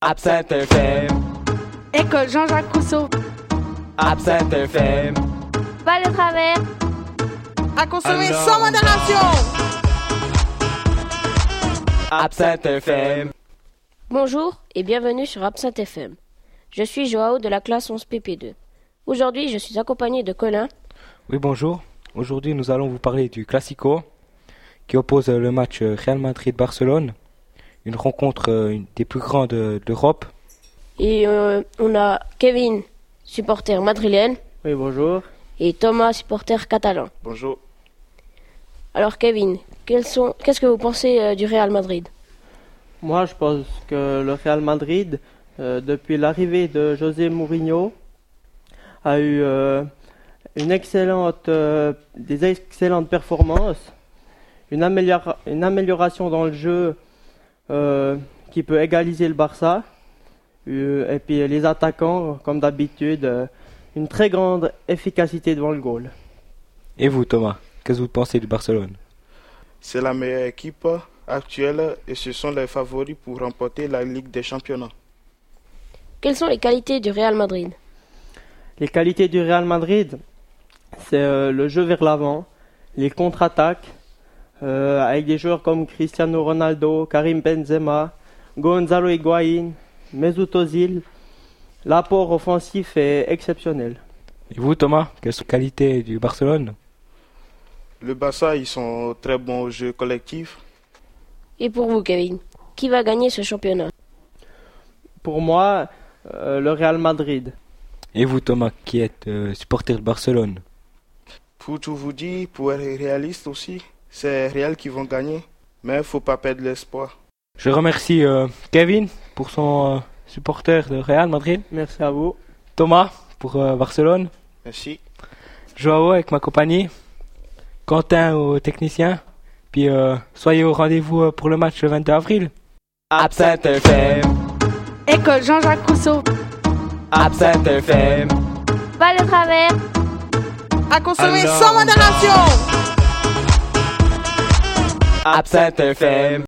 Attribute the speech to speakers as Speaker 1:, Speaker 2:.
Speaker 1: Absinthe FM,
Speaker 2: École Jean-Jacques Rousseau,
Speaker 1: Absinthe FM,
Speaker 3: Pas le travers.
Speaker 4: à consommer
Speaker 1: Alors,
Speaker 4: sans modération.
Speaker 1: Absinthe FM,
Speaker 5: Bonjour et bienvenue sur Absinthe FM. Je suis Joao de la classe 11PP2. Aujourd'hui, je suis accompagné de Colin,
Speaker 6: Oui, bonjour. Aujourd'hui, nous allons vous parler du Classico qui oppose euh, le match euh, Real Madrid-Barcelone, une rencontre euh, une des plus grandes euh, d'Europe.
Speaker 5: et euh, on a Kevin, supporter madrilène,
Speaker 7: Oui, bonjour.
Speaker 5: et Thomas, supporter catalan.
Speaker 7: Bonjour.
Speaker 5: Alors Kevin, quels sont- qu'est-ce que vous pensez euh, du Real Madrid
Speaker 7: Moi, je pense que le Real Madrid, euh, depuis l'arrivée de José Mourinho, a eu euh, une excellente, euh, des excellentes performances, une, améliora- une amélioration dans le jeu euh, qui peut égaliser le Barça, euh, et puis les attaquants, comme d'habitude, euh, une très grande efficacité devant le goal.
Speaker 6: Et vous, Thomas, qu'est-ce que vous pensez du Barcelone
Speaker 8: C'est la meilleure équipe actuelle et ce sont les favoris pour remporter la Ligue des Championnats.
Speaker 5: Quelles sont les qualités du Real Madrid
Speaker 7: Les qualités du Real Madrid, c'est euh, le jeu vers l'avant, les contre-attaques, euh, avec des joueurs comme Cristiano Ronaldo, Karim Benzema, Gonzalo Higuaín, Mesut Ozil. L'apport offensif est exceptionnel.
Speaker 6: Et vous, Thomas, quelles sont les qualités du Barcelone
Speaker 8: Le Barça, ils sont très bons au jeu collectif.
Speaker 5: Et pour vous, Kevin, qui va gagner ce championnat
Speaker 7: Pour moi, euh, le Real Madrid.
Speaker 6: Et vous, Thomas, qui êtes euh, supporter de Barcelone
Speaker 8: Pour tout vous dire, pour être réaliste aussi, c'est Real qui vont gagner. Mais il faut pas perdre l'espoir.
Speaker 6: Je remercie euh, Kevin pour son euh, supporter de Real Madrid,
Speaker 7: Merci à vous.
Speaker 6: Thomas pour euh, Barcelone,
Speaker 8: Merci.
Speaker 6: Joao avec ma compagnie, Quentin au technicien. Puis euh, soyez au rendez-vous euh, pour le match le 22 avril.
Speaker 1: Absinthe FM,
Speaker 2: École Jean-Jacques Rousseau.
Speaker 1: Absinthe FM,
Speaker 3: Pas le travers.
Speaker 4: À consommer
Speaker 1: Alors,
Speaker 4: sans modération.
Speaker 1: Absinthe FM.